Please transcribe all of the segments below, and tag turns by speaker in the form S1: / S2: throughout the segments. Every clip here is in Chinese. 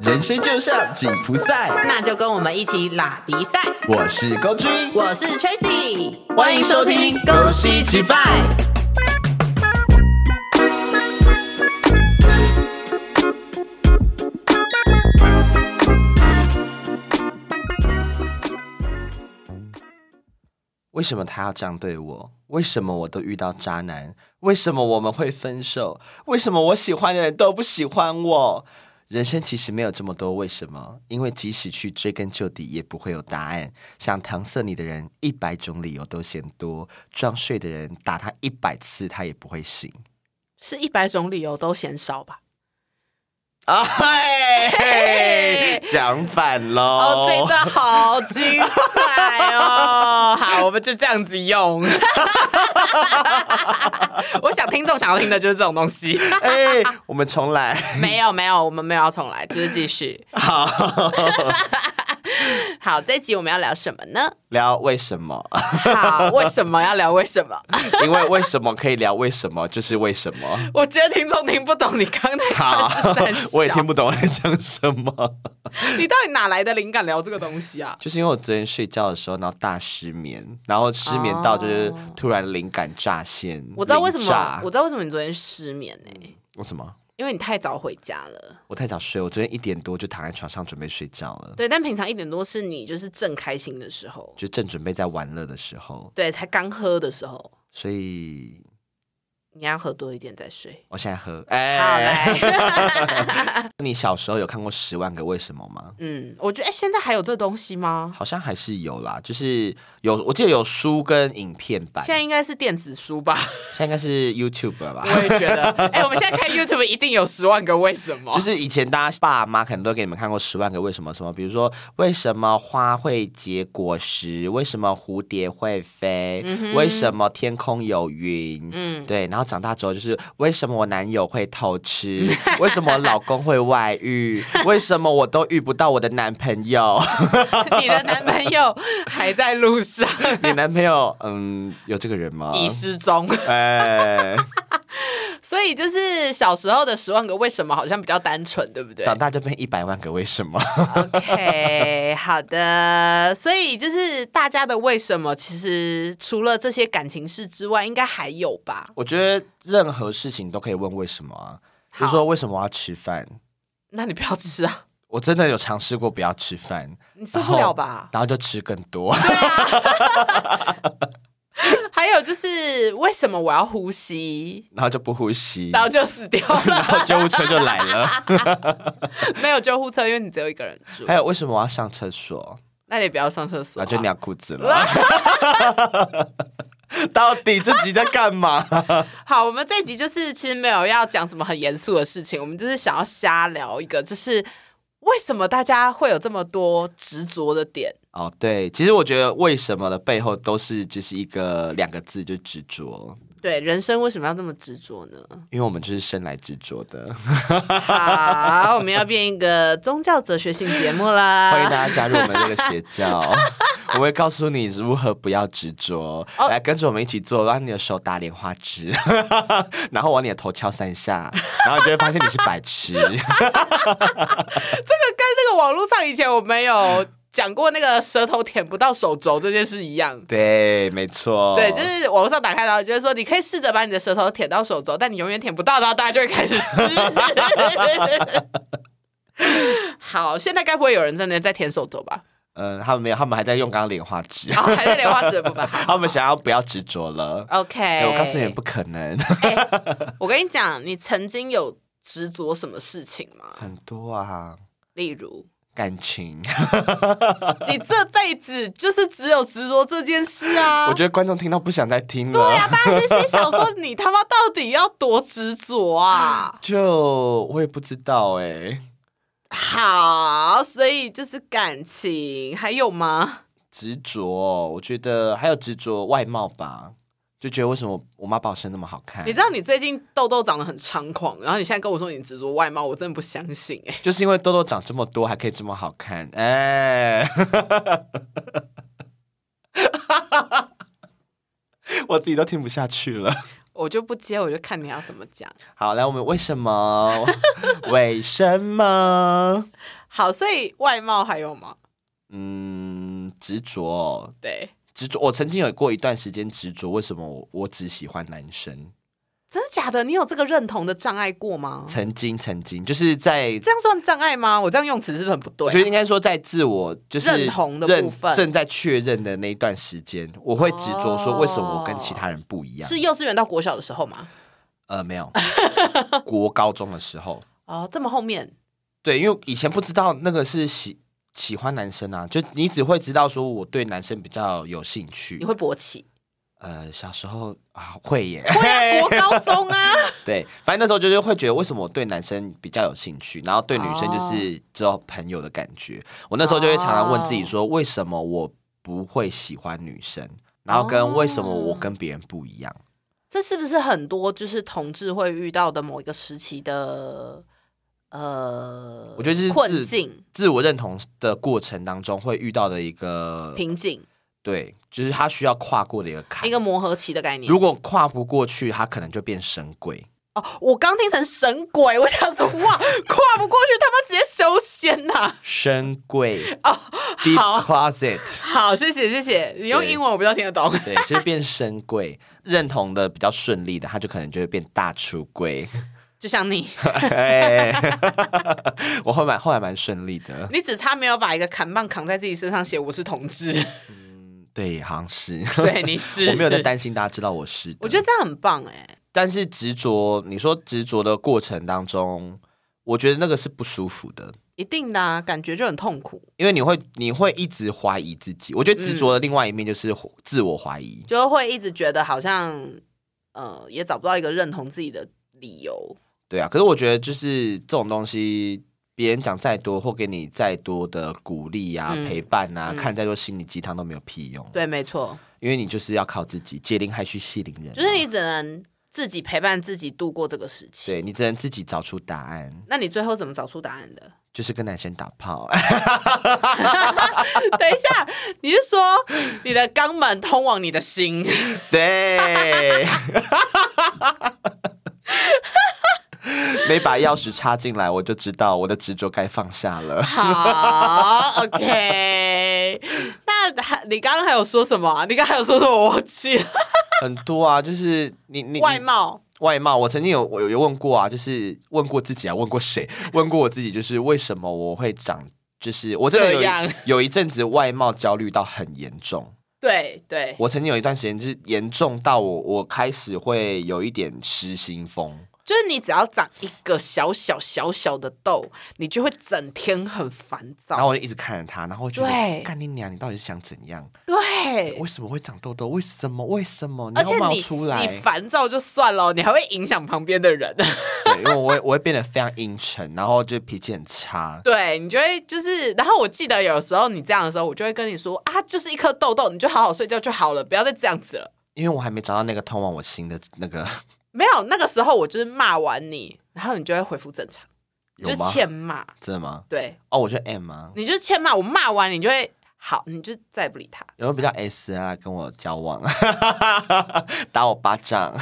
S1: 人生就像紧箍赛，
S2: 那就跟我们一起拉迪赛。
S1: 我是高君，
S2: 我是 Tracy，
S1: 欢迎收听
S2: 《
S1: 恭喜击败》。为什么他要这样对我？为什么我都遇到渣男？为什么我们会分手？为什么我喜欢的人都不喜欢我？人生其实没有这么多为什么，因为即使去追根究底，也不会有答案。想搪塞你的人，一百种理由都嫌多；装睡的人，打他一百次他也不会醒。
S2: 是一百种理由都嫌少吧？
S1: 啊嘿
S2: 嘿，
S1: 讲反喽！
S2: 哦，这段好精彩 哦！好，我们就这样子用。我想听众想要听的就是这种东 西。
S1: 哎、我们重来。
S2: 没有，没有，我们没有要重来，就是继续。
S1: 好，
S2: 好，这一集我们要聊什么 呢？
S1: 聊为什么？
S2: 好，为什么要聊为什么？
S1: 因为为什么可以聊为什么，就是为什 么。
S2: 我觉得听众听不懂你刚才
S1: 好
S2: 看是三小，
S1: 我也听不懂在讲什么。
S2: 你到底哪来的灵感聊这个东西啊？
S1: 就是因为我昨天睡觉的时候，然后大失眠，然后失眠到就是突然灵感乍现。
S2: 哦我知道为什
S1: 灵
S2: 么
S1: 炸，
S2: 我知道为什么你昨天失眠呢、
S1: 我什么？
S2: 因为你太早回家了。
S1: 我太早睡，我昨天一点多就躺在床上准备睡觉了，
S2: 对，但平常一点多是你就是正开心的时候，
S1: 就正准备在玩乐的时候，
S2: 对，才刚喝的时候，
S1: 所以
S2: 你要喝多一点再睡。
S1: 我现在喝。
S2: 好
S1: 哎、
S2: 来，
S1: 你小时候有看过《十万个为什么》吗？
S2: 嗯，我觉得哎、现在还有这东西吗？
S1: 好像还是有啦，就是有，我记得有书跟影片版，
S2: 现在应该是电子书吧，
S1: 现在应该是 YouTube 了吧
S2: 我？也觉得。哎、我们现在看 YouTube 一定有十万个为什么。
S1: 就是以前大家爸妈可能都给你们看过《十万个为什么》什么，比如说为什么花会结果实，为什么蝴蝶会飞，
S2: 嗯
S1: 为什么天空有云，嗯，对。然后长大之后就是为什么我男友会偷 吃，为什么我老公会外遇，为什么我都遇不到我的男朋 友？
S2: 你的男朋友还在 路上，
S1: 你男朋友嗯有这个人吗？
S2: 已失踪。
S1: 哎，
S2: 所以就是小时候的十万个为什么好像比较单纯， 对不对
S1: 长大就变一百万个为什么。
S2: ？OK，好的。所以就是大家的为什么，其实除了这些感情事之外，应该还有吧？
S1: 我觉得任何事情都可以问为什么啊，比如
S2: 好
S1: 说为什么我要吃饭。
S2: 那你不要吃啊，
S1: 我真的有尝试过不要吃饭，
S2: 你吃不了吧？
S1: 然后就吃更多。
S2: 还有就是为什么我要呼吸？
S1: 然后就不呼吸，
S2: 然后就死掉了，
S1: 然 后救护车就来了。
S2: 没有救护车，因为你只有一个人住
S1: 还。有为什么我要上厕所？
S2: 那你不要上厕所、
S1: 然
S2: 哎啊
S1: 后就。尿裤子了。 到底自己在干嘛？
S2: 好，我们这一集就是其实没有要讲什么很严肃的事情，我们就是想要瞎聊一个，就是为什么大家会有这么多执着的点？
S1: 哦，对，其实我觉得为什么的背后都是就是一个两个字，就执着。
S2: 对，人生为什么要这么执着呢？
S1: 因为我们就是生来执着的，
S2: 好，我们要变一个宗教哲学性节目啦。
S1: 欢迎大家加入我们这个邪 教，我会告诉你如何不要执着，
S2: 哦
S1: 来跟着我们一起做，让你的手打莲花指， 然后往你的头敲三下，然后你就会发现你是白 痴。
S2: 这个跟那个网络上以前我们有讲过那个舌头舔不到手肘这件事一样。
S1: 对，没错，
S2: 对，就是网络上打开，然后就是说，你可以试着把你的舌头舔到手肘，但你永远舔不到，然后大家就会开始 试。好，现在该不会有人真的在舔手肘吧？
S1: 嗯，他们没有，他们还在用刚刚莲花指，
S2: 然后还在莲花指的部分。好
S1: 他们想要不要执着了。
S2: 哦 OK，、
S1: 哎我告诉你们，不可能，
S2: 我跟你讲，你曾经有执着什么事情吗？
S1: 很多啊，
S2: 例如，
S1: 感情。
S2: 你这辈子就是只有执着这件事啊。
S1: 我觉得观众听到不想再听
S2: 对啊
S1: 了。
S2: 呀、大家就心想说，你他妈到底要多执着啊？
S1: 就我也不知道哎、
S2: 好，所以就是感情，还有吗？
S1: 执着哦，我觉得还有执着外貌吧，就觉得为什么我妈把我生那么好看
S2: 你，知道你最近痘痘长得很猖狂，然后你现在跟我说你执着外貌，我真的不相信哎、
S1: 就是因为痘痘长这么多还可以这么好看，哎、 我自己都听不下去了。
S2: 我就不接，我就看你要怎么讲。
S1: 好，来，我们为什么？ 为什么？
S2: 好，所以外貌还有吗？
S1: 嗯，执着，
S2: 对，
S1: 执着。我曾经有过一段时间执着，为什么我我只喜欢男生？
S2: 真的假的？你有这个认同的障碍过吗？
S1: 曾经，曾经，就是在
S2: 这样算障碍吗？我这样用词是不是很不对
S1: 我
S2: 啊、
S1: 觉得应该说，在自我就是
S2: 认同的
S1: 认
S2: 部分
S1: 正在确认的那一段时间，我会执着说，为什么我跟其他人不一样？
S2: 是幼稚园到国小的时候吗？
S1: 呃，没有， 国高中的时候，
S2: 哦，这么后面
S1: 对，因为以前不知道那个是喜喜欢男生啊，就你只会知道说我对男生比较有兴趣
S2: 你。会勃起？
S1: 呃，小时候啊会耶，
S2: 对啊，国高中啊，
S1: 对，反正那时候就是会觉得为什么我对男生比较有兴趣，然后对女生
S2: 哦
S1: 就是只有朋友的感觉。我那时候就会常常问自己说，
S2: 哦
S1: 为什么我不会喜欢女生？然后跟为什么
S2: 哦
S1: 我跟别人不一样？
S2: 这是不是很多就是同志会遇到的某一个时期的呃，
S1: 我觉得这是
S2: 困
S1: 自
S2: 境
S1: 自我认同的过程当中会遇到的一个
S2: 瓶颈，
S1: 对，就是他需要跨过的一个坎
S2: 一。个磨合期的概念
S1: 如。果跨不过去，他可能就变神鬼。
S2: 哦，我刚听成神鬼，我想说哇，跨不过去，他妈直接修仙呐、
S1: 神鬼 哦 d e e
S2: 好
S1: closet，
S2: 好，谢谢谢谢，你用
S1: 对
S2: 英文我比较听得懂。
S1: 对，就是变神鬼。认同的比较顺利的，他就可能就会变大出柜。
S2: 就 像你，
S1: 哎， 我后来后来蛮顺利的，
S2: 你只差没有把一个砍棒扛在自己身上写我是同志，
S1: 对，好像是。
S2: 对，你是
S1: 我没有在，担心大家知道我是的，
S2: 我觉得这样很棒哎、
S1: 但是执着，你说执着的过程当中，我觉得那个是不舒服的，
S2: 一定的、啊，感觉就很痛苦，
S1: 因为你会你会一直怀疑自己。我
S2: 嗯
S1: 觉得执着的另外一面就是自我怀疑，
S2: 就会一直觉得好像呃也找不到一个认同自己的理由。
S1: 对啊。可是我觉得就是这种东西。别人讲再多，或给你再多的鼓励啊、
S2: 嗯
S1: 陪伴啊，
S2: 嗯
S1: 看再多心理鸡汤都没有屁用。，
S2: 对，没错，
S1: 因为你就是要靠自己，解铃还须系铃人啊、
S2: 就是你只能自己陪伴自己度过这个时期。
S1: 对你只能自己找出答案，
S2: 那你最后怎么找出答案的？
S1: 就是跟男生打炮。
S2: 等一下，你是说你的肛门通往你的心？
S1: 对，没把钥匙插进来，我就知道我的执着该放下了。
S2: 好，OK。那还你刚刚还有说什么啊、你刚刚还有说什么？我忘记了。
S1: 很多啊，就是你你
S2: 外
S1: 你
S2: 貌，
S1: 外貌，我曾经有我有有问过啊，就是问过自己啊，问过谁？ 问过我自己，就是为什么我会长，就是我真的有
S2: 这样
S1: 一有一阵子外貌焦虑到很严重。
S2: 对对，
S1: 我曾经有一段时间就是严重到我我开始会有一点失心疯。
S2: 就是你只要长一个小小小小的痘，你就会整天很烦
S1: 然后
S2: 躁。
S1: 我就一直看着他，然后我就觉
S2: 对
S1: 得干你娘，你到底是想怎样？
S2: 对，
S1: 为什么会长痘痘？为什么？为什么？你
S2: 而
S1: 要
S2: 且
S1: 冒
S2: 你
S1: 出
S2: 你
S1: 来？
S2: 烦躁就算了，你还会影响旁边的人。
S1: 对，因为我会我会变得非常阴沉，然后就脾气很差。
S2: 对你就会就是，然后我记得有时候你这样的时候，我就会跟你说啊，就是一颗痘痘，你就好好睡觉就好了，不要再这样子了。
S1: 因为我还没找到那个通往我心的那 个，
S2: 没有，那个时候我就是骂完你，然后你就会恢复正常，就
S1: 有
S2: 是
S1: 吗？
S2: 欠骂，
S1: 真的吗？
S2: 对，
S1: 哦，我就 M 吗？
S2: 你就欠骂，我骂完你就会好，你就再也不理他。
S1: 有没有比较 S 啊？跟我交往，啊 打我巴掌，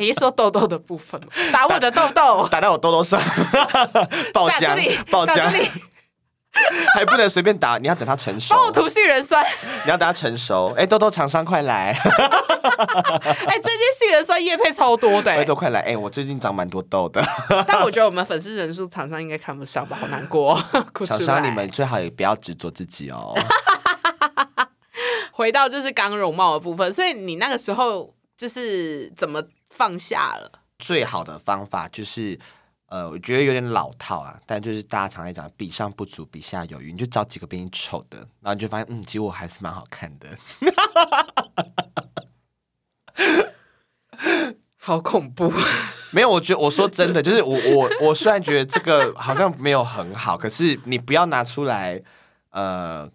S2: 你是说痘痘的部分吗？打我的痘 痘，
S1: 打到我痘痘上，爆
S2: 打这里
S1: 浆，，爆
S2: 打这
S1: 浆，
S2: 里，
S1: 还不能随便打，你要等它成熟
S2: 帮，我涂杏仁酸。
S1: 你要等它成熟。哎，痘痘厂商快来，
S2: 哎，最近杏仁酸叶配超多的、
S1: 痘
S2: 哎
S1: 痘快来！哎，我最近长蛮多痘 的。
S2: 但我觉得我们粉丝人数厂商应该看不上吧，好难过、哦。哭出
S1: 小
S2: 来
S1: 沙，你们最好也不要执着自己 哦。
S2: 回到就是刚容貌的部分，所以你那个时候就是怎么放下了？
S1: 最好的方法就是，呃，我觉得有点老套啊，但就是大家常在讲“比上不足，比下有余”，你就找几个比你丑的，然后你就发现，嗯，其实我还是蛮好看的。
S2: 好恐怖！
S1: 没有，我觉得我说真的，就是我我我虽然觉得这个好像没有很好，可是你不要拿出来，呃。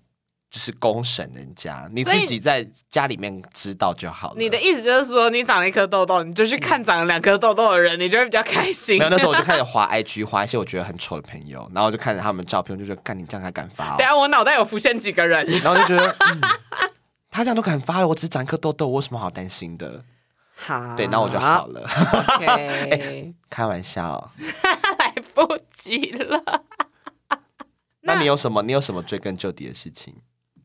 S1: 就是公审人家，你
S2: 所以
S1: 自己在家里面知道就好了。
S2: 你的意思就是说，你长了一颗痘痘，你就去看长了两颗痘痘的人，你就会比较开心。
S1: 没有，那时候我就开始滑 IG，滑 一些我觉得很丑的朋友，然后我就看着他们照片，我就觉得，干你这样还敢发、哦
S2: 等一？下我脑袋有浮现几个人，
S1: 然后就觉得、嗯、他这样都敢发了，我只是长一颗痘痘，我有什么好担心的？
S2: 好，
S1: 对，那我就
S2: 啊
S1: 好了。
S2: OK，
S1: 开玩笑，
S2: 来不及了。
S1: 那你有什么？你有什么追根究底的事情？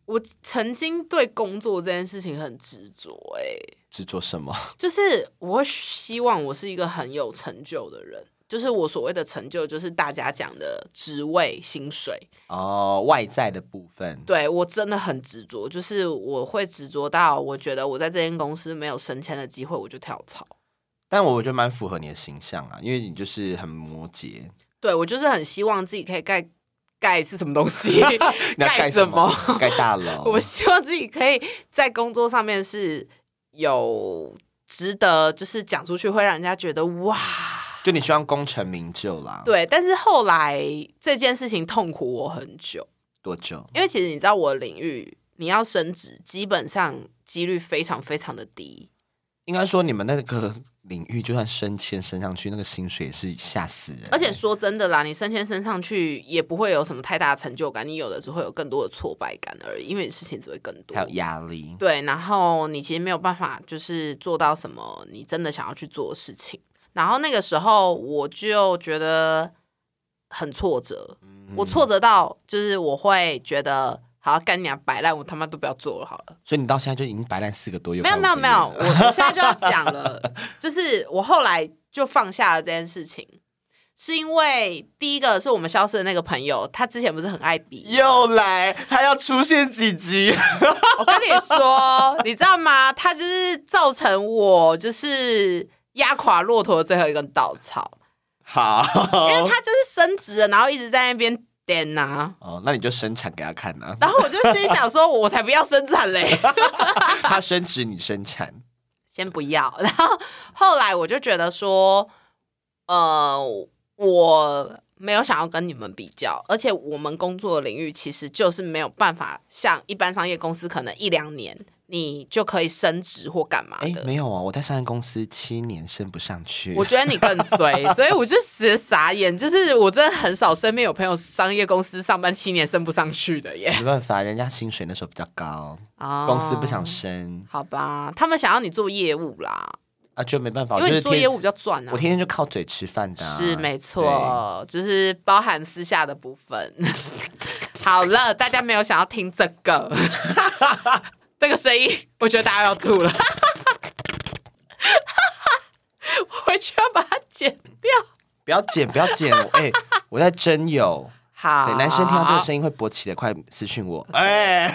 S2: 我曾经对工作这件事情很执着、欸，
S1: 执着什么？
S2: 就是我会希望我是一个很有成就的人，就是我所谓的成就，就是大家讲的职位、薪水。
S1: 哦，外在的部分。
S2: 对我真的很执着，就是我会执着到我觉得我在这间公司没有升迁的机会，我就跳槽。
S1: 但我觉得蛮符合你的形象啊，因为你就是很摩羯。，
S2: 对我就是很希望自己可以盖盖是什么东西
S1: 你要盖
S2: 什
S1: 么？盖大楼。
S2: 我希望自己可以在工作上面是有值得，就是讲出去会让人家觉得哇，
S1: 就你希望功成名就啦。，
S2: 对。但是后来这件事情痛苦我很久，
S1: 多久？
S2: 因为其实你知道我领域你要升职，基本上几率非常非常的低。
S1: 应该说你们那个领域，就算升迁升上去，那个薪水也是吓死人。
S2: 而且说真的啦，你升迁升上去也不会有什么太大的成就感，你有的只会有更多的挫败感而已，因为你事情只会更多
S1: 还。有压力。
S2: 对，然后你其实没有办法就是做到什么你真的想要去做的事情。然后那个时候我就觉得很挫折，
S1: 嗯
S2: 我挫折到就是我会觉得。好，干你啊！摆烂，我他妈都不要做了，好了。
S1: 所以你到现在就已经摆烂四个多月。
S2: 没有，
S1: 快五个
S2: 没有，没
S1: 月了
S2: 有，我我现在就要讲了，就是我后来就放下了这件事情，是因为第一个是我们消失的那个朋友，他之前不是很爱比，
S1: 又来，他要出现几集？
S2: 我跟你说，你知道吗？它就是造成我就是压垮骆驼的最后一根稻草，
S1: 好，
S2: 因为它就是升职了，然后一直在那边点呐、，
S1: 哦，那你就生产给他看啊
S2: 然后我就心里想说，我才不要生产嘞，
S1: 他升职你生产，
S2: 先不要。 然后后来我就觉得说，呃，我没有想要跟你们比较，而且我们工作的领域其实就是没有办法像一般商业公司，可能一两年你就可以升职或干嘛
S1: 哎
S2: 的，。
S1: 没有啊，我在上一公司七年升不上去
S2: 我，觉得你更衰，所以我就直傻眼。就是我真的很少身边有朋友商业公司上班七年升不上去的耶。
S1: 没办法，人家薪水那时候比较高，
S2: 啊
S1: 公司不想升
S2: 好吧，他们想要你做业务啦，
S1: 啊，就没办法，
S2: 因为
S1: 就是
S2: 你做业务
S1: 天，
S2: 比较赚啊
S1: 我。天天就靠嘴吃饭的啊，
S2: 是没错，哦就是包含私下的部分。 好了，大家没有想要听这个， 这个声音，我觉得大家要吐了。 我回去要把它剪掉。
S1: 对，不要剪，不要剪，哎，我在真 有。
S2: 好，
S1: 对，男生听到这个声音会勃起的，快私讯我。哎，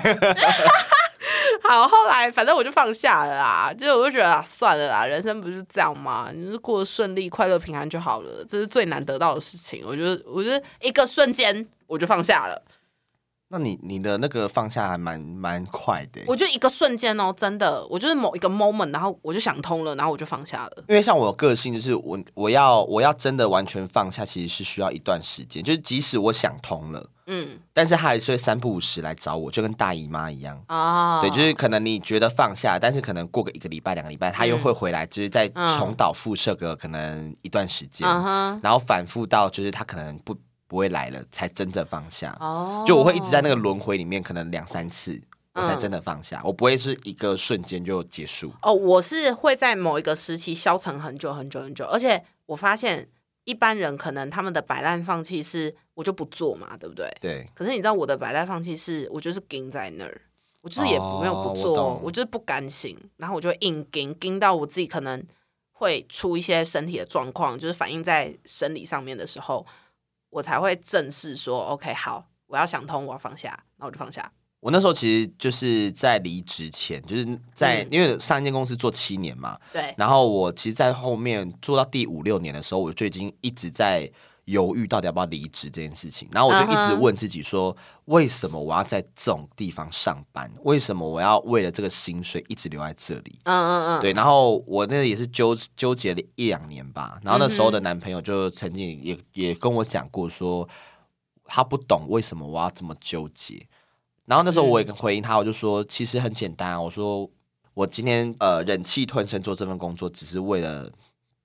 S2: 好，后来反正我就放下了啦，就我就觉得、啊、算了啦，人生不是这样嘛，你就是过得顺利、快乐、平安就好了，这是最难得到的事情。我觉得，我觉得一个瞬间我就放下了，
S1: 那你你的那个放下还蛮蛮快的，欸
S2: 我就一个瞬间哦，真的，我就是某一个 moment，然后我就想通了，然后我就放下了。
S1: 因为像我个性就是我我要我要真的完全放下，其实是需要一段时间。就是即使我想通了，
S2: 嗯
S1: 但是他还是会三不五时来找我，就跟大姨妈一样。
S2: 啊，
S1: 对，就是可能你觉得放下，但是可能过个一个礼拜、两个礼拜，他又会回来，就是再
S2: 嗯
S1: 重蹈覆辙个可能一段时间，
S2: 嗯哼，
S1: 然后反复到就是他可能不不会来了，才真的放下。
S2: 哦，
S1: 就我会一直在那个轮回里面，可能两三次，我才
S2: 嗯
S1: 真的放下，我不会是一个瞬间就结束。
S2: 哦，我是会在某一个时期消沉很久很久很久，而且我发现一般人可能他们的摆烂放弃是我就不做嘛，对不对？
S1: 对，
S2: 可是你知道我的摆烂放弃是，我就是盯在那儿，我就是也
S1: 哦
S2: 没有不做，
S1: 我
S2: 我
S1: 懂
S2: 就是不甘心，然后我就会硬盯，盯到我自己可能会出一些身体的状况，就是反映在生理上面的时候，我才会正视说，OK，好，我要想通，我要放下，那我就放下。
S1: 我那时候其实就是在离职前，就是在、
S2: 嗯
S1: 因为上一间公司做七年嘛，
S2: 对，
S1: 然后我其实，在后面做到第五六年的时候，我就已经一直在犹豫到底要不要离职这件事情。然后我就一直问自己说，为什么我要在这种地方上班？为什么我要为了这个薪水一直留在这里？
S2: 嗯嗯嗯，
S1: 对，然后我那也是纠纠结了一两年吧。然后那时
S2: 嗯
S1: 候的男朋友就曾经也也跟我讲过说，他不懂为什么我要这么纠结。然后那时候我也回应他，我就说其实很简单啊，我说我今天呃忍气吞声做这份工作，只是为了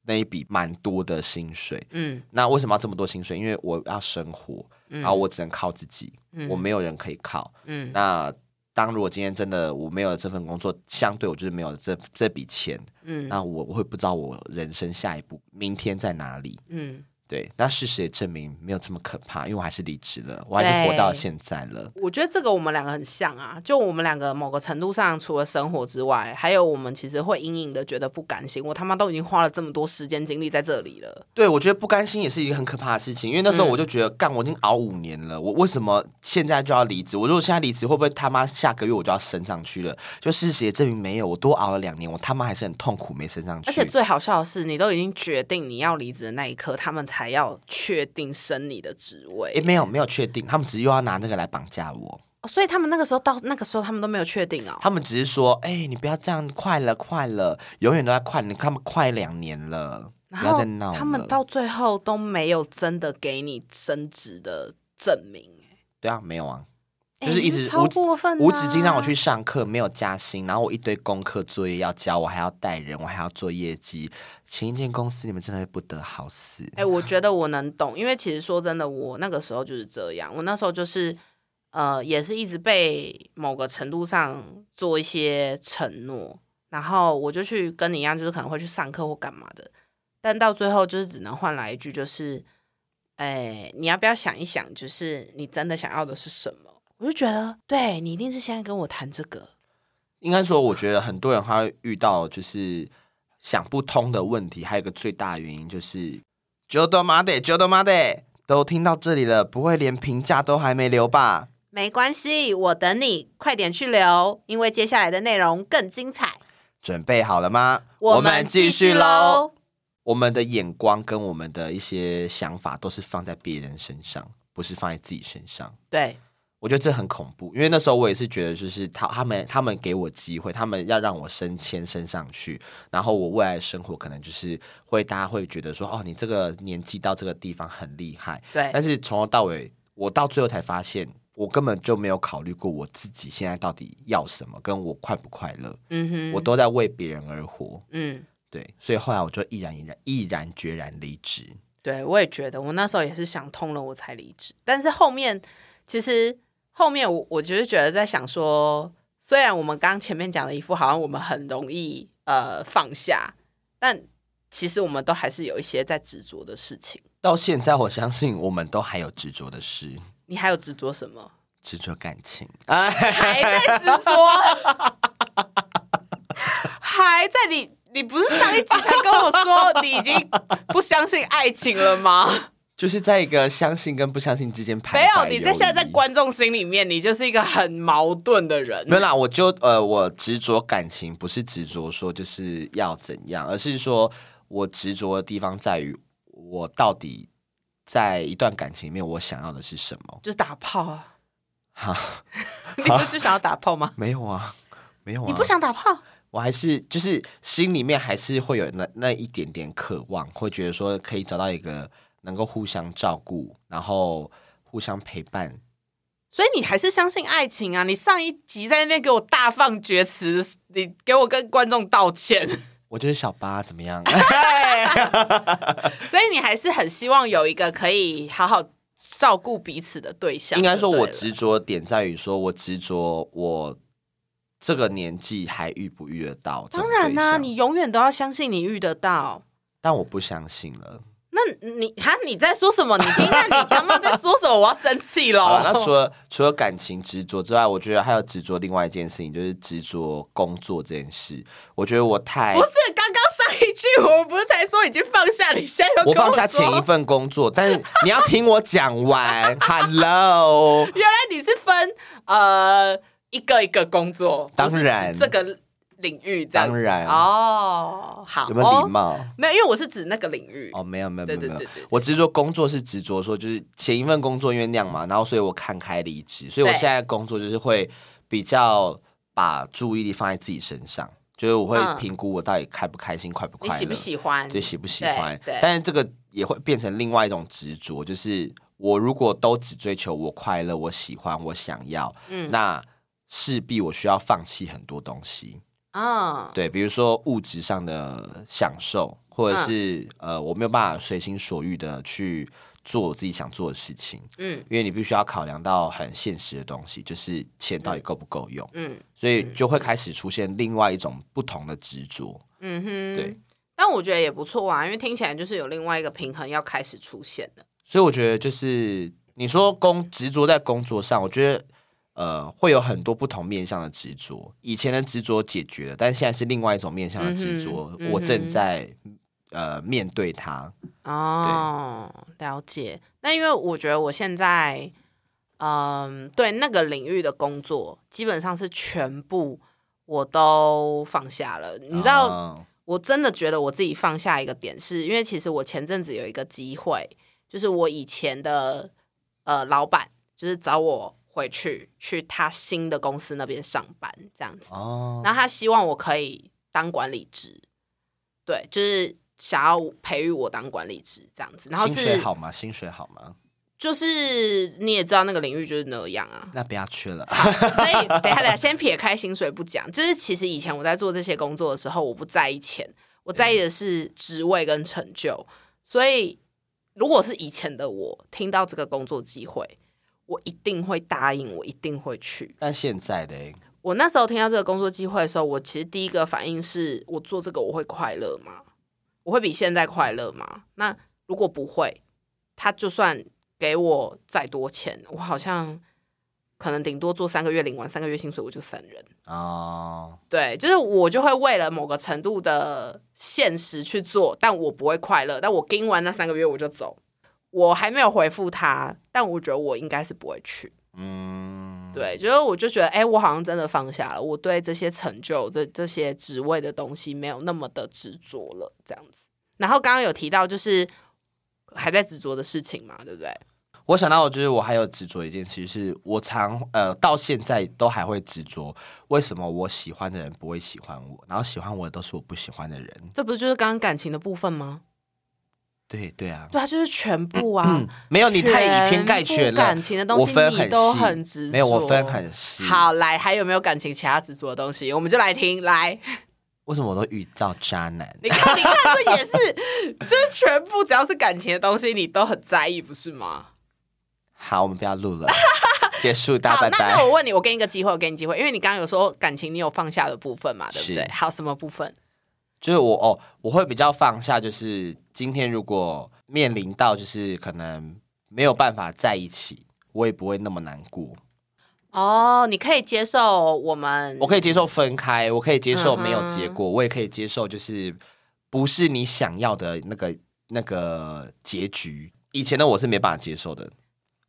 S1: 那一笔蛮多的薪水。
S2: 嗯
S1: 那为什么要这么多薪水？因为我要生活，
S2: 嗯，
S1: 然后我只能靠自己，
S2: 嗯
S1: 我没有人可以靠。
S2: 嗯
S1: 那当如果今天真的我没有了这份工作，相对我就是没有了这这笔钱，
S2: 嗯
S1: 那我我会不知道我人生下一步明天在哪里。
S2: 嗯，
S1: 对，那事实也证明没有这么可怕，因为我还是离职了，我还是活到
S2: 对
S1: 现在了。
S2: 我觉得这个我们两个很像啊，就我们两个某个程度上，除了生活之外，还有我们其实会隐隐的觉得不甘心，我他妈都已经花了这么多时间精力在这里了，
S1: 对，我觉得不甘心也是一个很可怕的事情，因为那时候
S2: 嗯
S1: 我就觉得，干，我已经熬五年了，我为什么现在就要离职？我如果现在离职，会不会他妈下个月我就要升上去了？就事实也证明没有，我多熬了两年，我他妈还是很痛苦，没升上去。
S2: 而且最好笑的是，你都已经决定你要离职的那一刻，他们才要确定升你的职位
S1: 也、，没有没有确定，他们只是又要拿那个来绑架我。
S2: 哦所以他们那个时候到那个时候，他们都没有确定哦。
S1: 他们只是说，哎、你不要这样，快了，快了，永远都在快，你看他们快两年了，
S2: 然
S1: 不要
S2: 后
S1: 再闹了。
S2: 他们到最后都没有真的给你升职的证明，
S1: 对啊，没有啊，
S2: 哎
S1: 就是一
S2: 这
S1: 直
S2: 超
S1: 无止
S2: 过分、啊，
S1: 无止境让我去上课，没有加薪，然后我一堆功课作业要交，我还要带人，我还要做业绩。前一间公司你们真的会不得好死。
S2: 哎、我觉得我能懂，因为其实说真的，我那个时候就是这样，我那时候就是呃，也是一直被某个程度上做一些承诺，然后我就去跟你一样，就是可能会去上课或干嘛的，但到最后就是只能换来一句，就是哎、你要不要想一想，就是你真的想要的是什么？我就觉得，对你一定是现在跟我谈这个，
S1: 应该说，我觉得很多人他会遇到就是想不通的问题，还有一个最大原因就是“九斗妈的，九斗妈的”，都听到这里了，不会连评价都还没留吧？
S2: 没关系，我等你，快点去留，因为接下来的内容更精彩。
S1: 准备好了吗？
S2: 我们继续喽。。
S1: 我们的眼光跟我们的一些想法都是放在别人身上，不是放在自己身上。
S2: 对，
S1: 我觉得这很恐怖，因为那时候我也是觉得，就是他他们他们给我机会，他们要让我升迁升上去，然后我未来的生活可能就是会大家会觉得说，哦，你这个年纪到这个地方很厉害，
S2: 对，
S1: 但是从头到尾，我到最后才发现，我根本就没有考虑过我自己现在到底要什么，跟我快不快乐，
S2: 嗯哼，
S1: 我都在为别人而活，
S2: 嗯，
S1: 对，所以后来我就毅然毅然毅然决然离职，
S2: 对，我也觉得，我那时候也是想通了，我才离职。但是后面，其实后面我我就是觉得在想说，虽然我们刚刚前面讲的一副好像我们很容易呃放下，但其实我们都还是有一些在执着的事情。
S1: 到现在我相信我们都还有执着的事，
S2: 你还有执着什么？
S1: 执着感情。啊
S2: 还在执着， 还在你，你不是上一集才跟我说你已经不相信爱情了吗？
S1: 就是在一个相信跟不相信之间徘徊。
S2: 没有，你在现在在
S1: 游移。
S2: 观众心里面，你就是一个很矛盾的人
S1: 没。有啦，我就呃，我执着感情不是执着说就是要怎样，而是说我执着的地方在于我到底在一段感情里面我想要的是什么？
S2: 就是打炮啊！
S1: 哈，
S2: 你不就想要打炮吗？
S1: 没有啊，没有啊，
S2: 你不，想打炮？
S1: 我还是就是心里面还是会有那那一点点渴望，会觉得说可以找到一个能够互相照顾，然后互相陪伴
S2: 所以你还是相信爱情啊！你上一集在那边给我大放厥词，你给我跟观众道 歉，
S1: 我就是小八怎么样？
S2: 所以你还是很希望有一个可以好好照顾彼此的对象。
S1: 应该说，我
S2: 对不对
S1: 执着的点在于说，我执着我这个年纪还遇不遇得到这种
S2: 当
S1: 对象。
S2: 然啦、你永远都要相信你遇得到。
S1: 但我不相信了。
S2: 那你哈你在说什么？你听看你他妈在说什么？我要生气喽
S1: 好！了，那除了除了感情执着之外，我觉得还有执着另外一件事情，就是执着工作这件事。我觉得我太
S2: 不是，刚刚上一句我们不是才说已经放下，你现在又
S1: 我
S2: 跟
S1: 放
S2: 说
S1: 下前一份工作，但是你要听我讲完。Hello，
S2: 原来你是分呃一个一个工作，
S1: 当
S2: 不是
S1: 然
S2: 指这个领域 这样子，
S1: 当然
S2: 哦，好，
S1: 有没有礼
S2: 哦？
S1: 貌？
S2: 没有，因为我是指那个领域，
S1: 哦，没有没有没
S2: 对
S1: 有没
S2: 对
S1: 有
S2: 对对对，
S1: 我执着工作是执着说，就是前一份工作因为那样嘛，然后所以我看开离职，所以我
S2: 对
S1: 现在工作就是会比较把注意力放在自己身上，就是我
S2: 嗯
S1: 会评估我到底开不开心、快不快
S2: 你
S1: 乐，
S2: 喜不喜欢？
S1: 对喜不喜欢
S2: 对对。
S1: 但是这个也会变成另外一种执着，就是我如果都只追求我快乐、我喜欢、我想要，
S2: 嗯
S1: 那势必我需要放弃很多东西。
S2: 嗯，
S1: 对，比如说物质上的享受，或者
S2: 嗯
S1: 是、呃，我没有办法随心所欲的去做我自己想做的事情，
S2: 嗯
S1: 因为你必须要考量到很现实的东西，就是钱到底够不够用，
S2: 嗯
S1: 所以就会开始出现另外一种不同的执着。
S2: 嗯哼，
S1: 对。
S2: 但我觉得也不错啊，因为听起来就是有另外一个平衡要开始出现了。
S1: 所以我觉得就是你说工执着在工作上，我觉得呃会有很多不同面向的执着。以前的执着解决了，但现在是另外一种面向的执着
S2: 嗯，哼
S1: 我
S2: 嗯哼
S1: 正在呃面对它。
S2: 哦，了解。那因为我觉得我现在，嗯，对那个领域的工作，基本上是全部我都放下了。你知道，
S1: 嗯
S2: 我真的觉得我自己放下一个点是，因为其实我前阵子有一个机会，就是我以前的呃老板，就是找我回去去他新的公司那边上班这样子。
S1: 哦，
S2: 然后他希望我可以当管理职，对，就是想要培育我当管理职这样子。然后
S1: 薪水
S2: 是
S1: 好吗？薪水好吗？
S2: 就是你也知道那个领域就是那样啊，
S1: 那不要缺了。
S2: 所以等一下等一下先撇开薪水不讲，就是其实以前我在做这些工作的时候，我不在意钱，我在意的是职位跟成就。所以如果是以前的我听到这个工作机会，我一定会答应，我一定会去。
S1: 但现在的欸
S2: 我那时候听到这个工作机会的时候，我其实第一个反应是我做这个我会快乐吗？我会比现在快乐吗？那如果不会，他就算给我再多钱，我好像可能顶多做三个月，领完三个月薪水我就散人。
S1: 哦，
S2: 对，就是我就会为了某个程度的现实去做，但我不会快乐。但我盯完那三个月我就走，我还没有回复他，但我觉得我应该是不会去。
S1: 嗯，
S2: 对，就是我就觉得，哎、我好像真的放下了，我对这些成就、这这些职位的东西没有那么的执着了，这样子。然后刚刚有提到，就是还在执着的事情嘛，对不对？
S1: 我想到，就是我还有执着一件事，是我常呃到现在都还会执着，为什么我喜欢的人不会喜欢我，然后喜欢我的都是我不喜欢的人。
S2: 这不就是刚刚感情的部分吗？
S1: 对对啊，
S2: 对啊，就是全部啊，
S1: 嗯没有你太以偏
S2: 全
S1: 概
S2: 部
S1: 全了
S2: 感。情的东
S1: 我
S2: 西
S1: 分
S2: 你
S1: 很
S2: 都
S1: 细，
S2: 很执着，
S1: 没有我分。很细。，
S2: 好，来，还有没有感情其他执着的东西？我们就来听，来，
S1: 为什么我都遇到渣男？
S2: 你看，你看，这也是， 就是全部只要是感情的东西，你都很在意，不是吗？
S1: 好，我们不要录了，结束，大家拜
S2: 好，那那
S1: 拜。
S2: 我问你，我给你个机会，我给你机会，因为你刚刚有说感情你有放下的部分嘛，对不对？
S1: 是
S2: 好，什么部分？
S1: 就是我哦，我会比较放下，就是今天如果面临到就是可能没有办法在一起，我也不会那么难过。
S2: 哦，你可以接受我们，
S1: 我可以接受分开，我可以接受没有结
S2: 嗯
S1: 果，我也可以接受就是不是你想要的那个那个结局。以前的我是没办法接受的，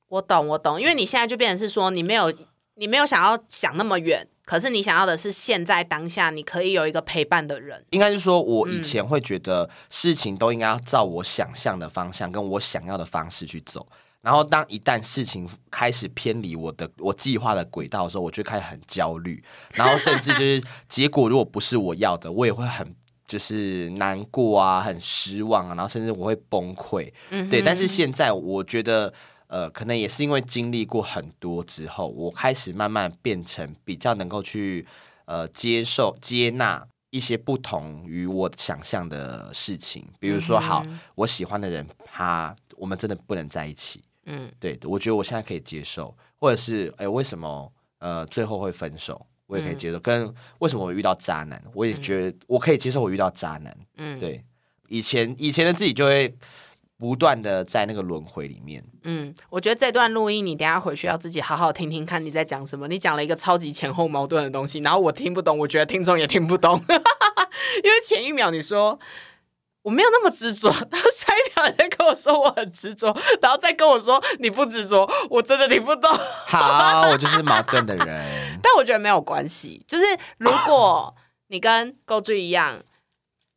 S2: 我懂，我懂，因为你现在就变成是说你没有，你没有想要想那么远，可是你想要的是现在当下，你可以有一个陪伴的人。
S1: 应该是说，我以前会觉得事情都应该要照我想象的方向，跟我想要的方式去走。然后，当一旦事情开始偏离我的我计划的轨道的时候，我就开始很焦虑，然后甚至就是结果如果不是我要的，我也会很就是难过啊，很失望啊，然后甚至我会崩溃。
S2: 嗯哼
S1: 对，但是现在我觉得，呃，可能也是因为经历过很多之后，我开始慢慢变成比较能够去呃接受、接纳一些不同于我想象的事情，比如
S2: 嗯
S1: 说，好，我喜欢的人他，我们真的不能在一起，
S2: 嗯，
S1: 对我觉得我现在可以接受，或者是哎、为什么呃最后会分手？我
S2: 嗯
S1: 也可以接受，跟为什么我遇到渣男，我也觉得我可以接受我遇到渣男，
S2: 嗯
S1: 对，以前以前的自己就会不断的在那个轮回里面。
S2: 嗯，我觉得这段录音你等一下回去要自己好好听听看你在讲什么。你讲了一个超级前后矛盾的东西，然后我听不懂，我觉得听众也听不懂， 因为前一秒你说我没有那么执着，然后下一秒你再跟我说我很执着，然后再跟我说你不执着，我真的听不懂。。
S1: 好，我就是矛盾的人
S2: 但我觉得没有关系，就是如果你跟勾追一样，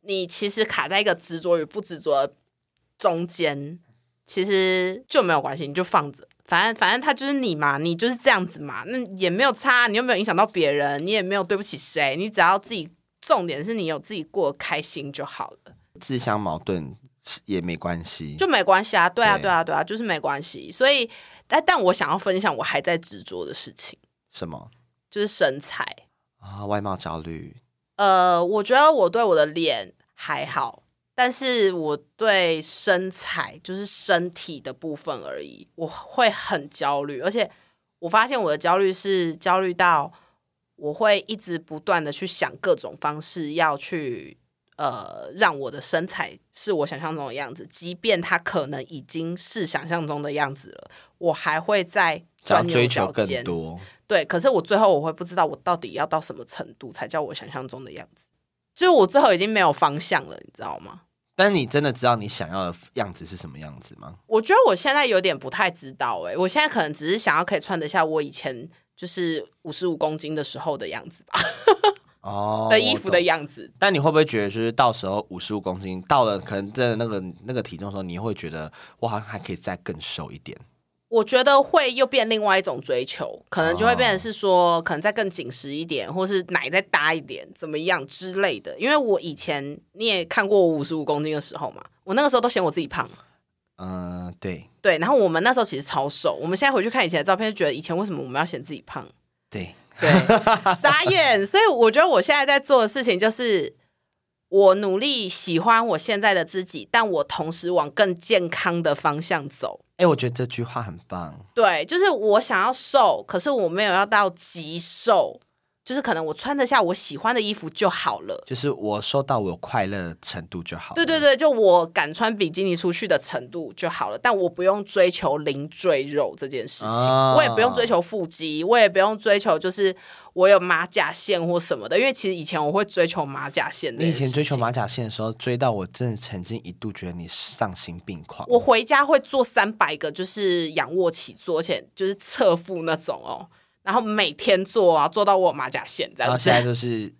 S2: 你其实卡在一个执着与不执着中间，其实就没有关系，你就放着。反正反正他就是你嘛，你就是这样子嘛，那也没有差，你又没有影响到别人，你也没有对不起谁，你只要自己，重点是你有自己过得开心就好了，
S1: 自相矛盾也没关系。
S2: 就没关系啊。对啊，
S1: 对
S2: 对啊，对啊，就是没关系。所以，但但我想要分享我还在执着的事情，
S1: 什么
S2: 就是身材。
S1: 啊、外貌焦虑
S2: 呃，我觉得我对我的脸还好，但是我对身材就是身体的部分而已，我会很焦虑，而且我发现我的焦虑是焦虑到我会一直不断的去想各种方式要去呃让我的身材是我想象中的样子，即便它可能已经是想象中的样子了，我还会在
S1: 想要
S2: 钻牛
S1: 追求
S2: 角
S1: 更
S2: 尖。
S1: 多。
S2: 对，可是我最后我会不知道我到底要到什么程度才叫我想象中的样子，就是我最后已经没有方向了，你知道吗？
S1: 但你真的知道你想要的样子是什么样子吗？
S2: 我觉得我现在有点不太知道、欸，我现在可能只是想要可以穿得下我以前就是五十五公斤的时候的样子吧，
S1: 哦，
S2: 呃的衣服的
S1: 我懂。
S2: 样子。
S1: 但你会不会觉得，就是到时候五十五公斤到了，可能真的那个那个体重的时候，你会觉得我好像还可以再更瘦一点？
S2: 我觉得会又变另外一种追求，可能就会
S1: 哦
S2: 变成是说，可能再更紧实一点，或是奶再大一点，怎么样之类的。因为我以前你也看过我五十五公斤的时候嘛，我那个时候都嫌我自己胖。啊
S1: 嗯、对
S2: 对，然后我们那时候其实超瘦，我们现在回去看以前的照片，就觉得以前为什么我们要嫌自己胖？
S1: 对，
S2: 对，傻眼。所以我觉得我现在在做的事情就是，我努力喜欢我现在的自己，但我同时往更健康的方向走。
S1: 哎、我觉得这句话很棒。
S2: 对，就是我想要瘦，可是我没有要到极瘦，就是可能我穿得下我喜欢的衣服就好了。
S1: 就是我收到我快乐的程度就好。
S2: 对对，对，就我敢穿比基尼出去的程度就好了，但我不用追求零赘肉这件事情，
S1: 啊
S2: 我也不用追求腹肌，我也不用追求就是我有马甲线或什么的，因为其实以前我会追求马甲线的。
S1: 你以前追求？马甲线的时候，追到我真的曾经一度觉得你丧心病狂。
S2: 我回家会做三百个，就是仰卧起坐，而且就是侧腹那种哦，然后每天做啊，做到我有马甲线这
S1: 然后
S2: 样子
S1: 啊现。在就是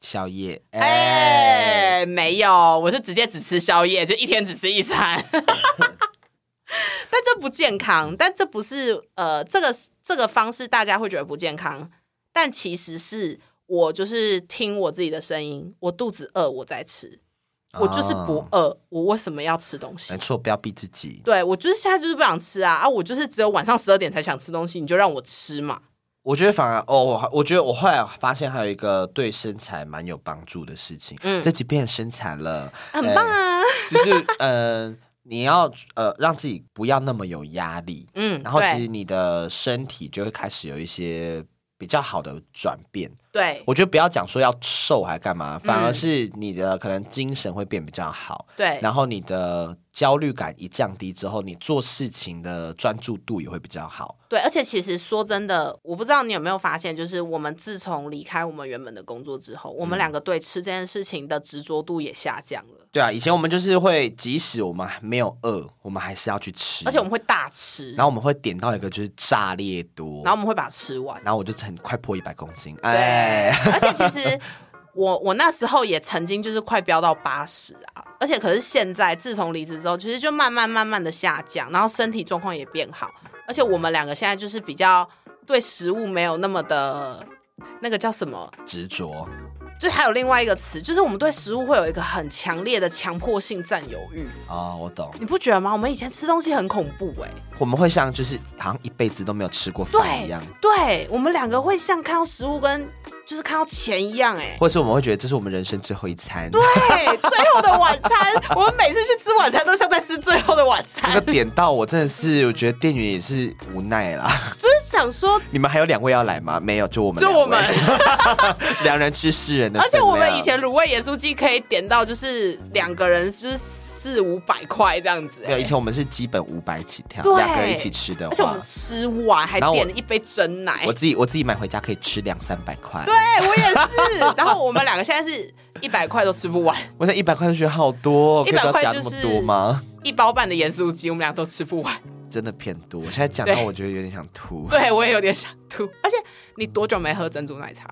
S1: 宵夜，哎、
S2: 哎、没有，我是直接只吃宵夜，就一天只吃一餐。 但这不健康，但这不是呃，这个这个方式大家会觉得不健康，但其实是我就是听我自己的声音，我肚子饿我在吃，我就是不
S1: 哦
S2: 饿，我为什么要吃东西
S1: 没？错，不要逼自己。
S2: 对我就是现在就是不想吃啊啊！我就是只有晚上十二点才想吃东西，你就让我吃嘛。
S1: 我觉得反而哦，我我觉得我后来发现还有一个对身材蛮有帮助的事情，
S2: 嗯
S1: 嗯，这集变身材了，哎
S2: 啊很棒啊！
S1: 就是呃，你要呃让自己不要那么有压力，
S2: 嗯，
S1: 然后其
S2: 对
S1: 实你的身体就会开始有一些比较好的转变。
S2: 对
S1: 我觉得不要讲说要瘦还干嘛，反而是你的可能精神会变比较好，
S2: 嗯对，
S1: 然后你的焦虑感一降低之后，你做事情的专注度也会比较好。
S2: 对，而且其实说真的，我不知道你有没有发现，就是我们自从离开我们原本的工作之后，我
S1: 嗯
S2: 们两个对吃这件事情的执着度也下降了，
S1: 对啊，以前我们就是会，即使我们没有饿，我们还是要去吃，
S2: 而且我们会大吃，
S1: 然后我们会点到一个就是炸裂多，
S2: 然后我们会把它吃完。
S1: 然后我就很快破一百公斤，
S2: 对，
S1: 哎，
S2: 而且 其实我我那时候也曾经就是快飙到八十啊，而且可是现在自从离职之后，其实就慢慢慢慢的下降，然后身体状况也变好，而且我们两个现在就是比较对食物没有那么的那个叫什么
S1: 执着。
S2: 就还有另外一个词，就是我们对食物会有一个很强烈的强迫性占有欲，
S1: 哦，我懂，
S2: 你不觉得吗？我们以前吃东西很恐怖哎、
S1: 我们会像就是好像一辈子都没有吃过饭一
S2: 对
S1: 样，
S2: 对，我们两个会像看到食物跟就是看到钱一样哎、
S1: 或者是我们会觉得这是我们人生最后一餐，
S2: 对，最后的晚餐，我们每次去吃晚餐都像在吃最后的晚
S1: 那
S2: 餐，
S1: 个点到我真的是，我觉得店员也是无奈啦。
S2: 就是想 说，
S1: 你们还有两位要来吗？没有，就我们
S2: 就
S1: 两位，
S2: 我们
S1: 两人吃四人的
S2: 而
S1: 分
S2: 且
S1: 量。
S2: 我们以前卤味盐酥鸡可以点到就是两个人就是四五百块这样子、
S1: 没有，以
S2: 欸，
S1: 前我们是基本五百起跳，
S2: 对
S1: 两个人一起吃的
S2: 而且我
S1: 话
S2: 们，吃完还
S1: 然后我
S2: 点了一杯真奶
S1: 我，自己我自己买回家可以吃两三百块。对，
S2: 哎对我也是。 然后我们两个现在是一百块都吃不完，
S1: 我那一百块就觉得好多，可以不
S2: 100
S1: 要
S2: 块
S1: 加
S2: 就
S1: 那么
S2: 是
S1: 多吗？
S2: 一包半的盐酥鸡我们俩都吃不完。
S1: 真的偏多，我现在讲到
S2: 对
S1: 我觉得有点想吐。
S2: 对我也有点想吐。而且你多久没喝珍珠奶茶？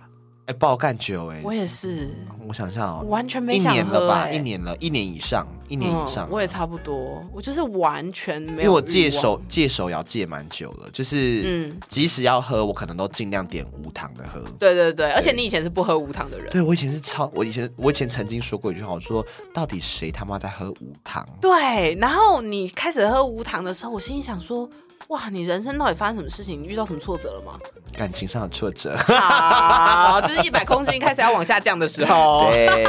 S1: 哎，不好干酒哎，
S2: 我也是，
S1: 我想想
S2: 我
S1: 哦，
S2: 完全没
S1: 一
S2: 想喝、
S1: 年了吧，
S2: 哎
S1: 一年了，一年以上，一年以上
S2: 嗯，。我也差不多，我就是完全
S1: 因
S2: 没有欲望。
S1: 为我戒手戒手摇戒蛮久了，就是
S2: 嗯
S1: 即使要喝，我可能都尽量点无糖的喝。
S2: 对对对，而且你以前是不喝无糖的人。
S1: 对，我以前是超，我以前我以前曾经说过一句话，我说到底谁他妈在喝无糖？
S2: 对，然后你开始喝无糖的时候，我心里想说，哇，你人生到底发生什么事情？你遇到什么挫折了吗？
S1: 感情上的挫折。
S2: 好，这是一百公斤开始要往下降的时候。
S1: 对，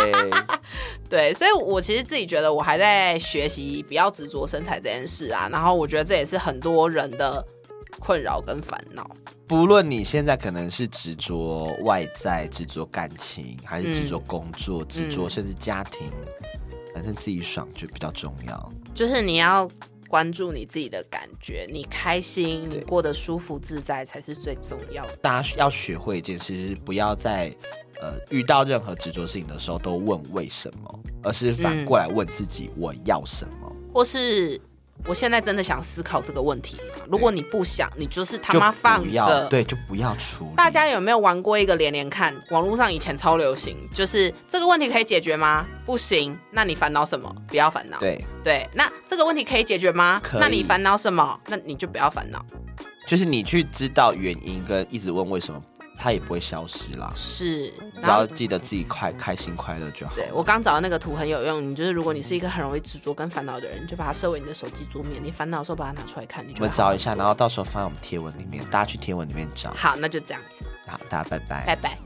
S2: 对，所以我其实自己觉得我还在学习不要执着身材这件事啊，然后我觉得这也是很多人的困扰跟烦恼。
S1: 不论你现在可能是执着外在、执着感情，还是
S2: 嗯
S1: 执着工作、执着甚至家庭，反正自己爽就比较重要。
S2: 就是你要关注你自己的感觉，你开心，你过得舒服自在才是最重要的。
S1: 大家要学会一件事，是不要在呃遇到任何执着事情的时候都问为什么，而是
S2: 嗯
S1: 反过来问自己我要什么。
S2: 或是我现在真的想思考这个问题吗？如果你不想，你就是他
S1: 就
S2: 妈放
S1: 不要
S2: 着。
S1: 对，就不要处理。
S2: 大家有没有玩过一个连连看？网络上以前超流行，就是这个问题可以解决吗？不行，那你烦恼什么？不要烦恼。
S1: 对，
S2: 对，那这个问题可以解决吗？
S1: 可以
S2: 那你烦恼什么？那你就不要烦恼。
S1: 就是你去知道原因跟一直问为什么，它也不会消失啦。
S2: 是，
S1: 只
S2: 然
S1: 要
S2: 后
S1: 记得自己快开心快乐就好。
S2: 对我刚找到那个图很有用，你就是如果你是一个很容易执着跟烦恼的人，你就把它设为你的手机桌面，你烦恼的时候把它拿出来看，你
S1: 我
S2: 就
S1: 们
S2: 会
S1: 找一下，然后到时候放在我们贴文里面，大家去贴文里面找。
S2: 好，那就这样子，
S1: 好，大家拜拜。
S2: 拜拜。